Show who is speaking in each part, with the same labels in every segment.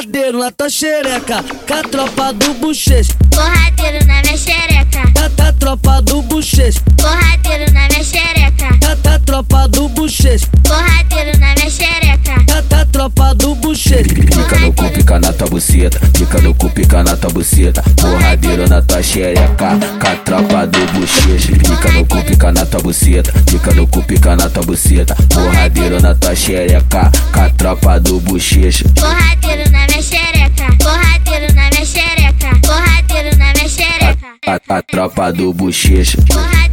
Speaker 1: essa xereca, com a tropa do bochecho.
Speaker 2: Borradeiro na minha xereca,
Speaker 1: Tá, tá, tropa do bochecho.
Speaker 2: borradeiro na minha xereca,
Speaker 1: Tá, tá, tropa do bochecho.
Speaker 2: borradeiro na minha xereca,
Speaker 1: Tá, tá, tropa do bochecho.
Speaker 3: Pica no cu, pica na tua buceta. Pica no cu, pica na tua buceta. Porradeiro na tua xereca. Com a tropa do bochecha. Pica no cu, pica na tua buceta. Pica no cu, pica na tua buceta. Porradeiro na tua xereca. Com a tropa do bochecha.
Speaker 2: borradeiro na minha xereca, borradeiro na minha xereca, borradeiro na minha xereca,
Speaker 3: A, a tropa do bochecha.
Speaker 2: borradeiro.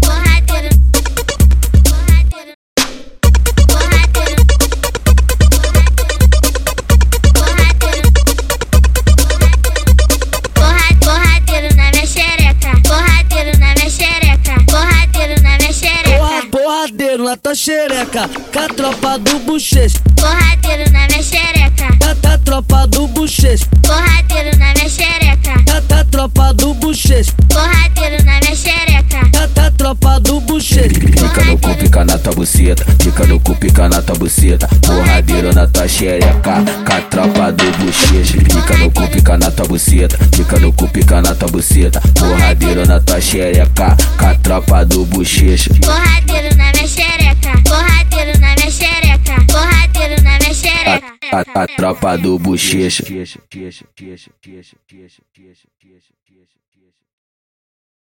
Speaker 2: Borradeiro. Borradeiro. Borradeiro. Borradeiro. Borra- Borradeiro na minha xereca. Borradeiro na minha xereca. Borradeiro na minha
Speaker 1: Porra,
Speaker 2: xereca.
Speaker 1: porradeiro na tua xereca, com a tropa do bochecho.
Speaker 2: Borradeiro na minha xereca.
Speaker 1: Tá, tá, tropa do bochecho.
Speaker 2: Borradeiro na minha xereca.
Speaker 1: Tá, tá, tropa do bochecho.
Speaker 2: Borradeiro na minha xereca.
Speaker 1: Tá, tá, tropa do bochecho.
Speaker 3: Pica no cu, pica na tua buceta. Pica no cu, pica na tua buceta. Porradeiro na tua xereca. Com a tropa do bochecha. Pica no cu, pica na tua buceta. Pica no cu, pica na tua buceta. Porradeiro na tua xereca. Com a tropa do bochecha.
Speaker 2: Borradeiro na minha xereca. Borradeiro na minha xereca. Borradeiro na minha
Speaker 3: A,
Speaker 2: xereca.
Speaker 3: a, a tropa do bochecha.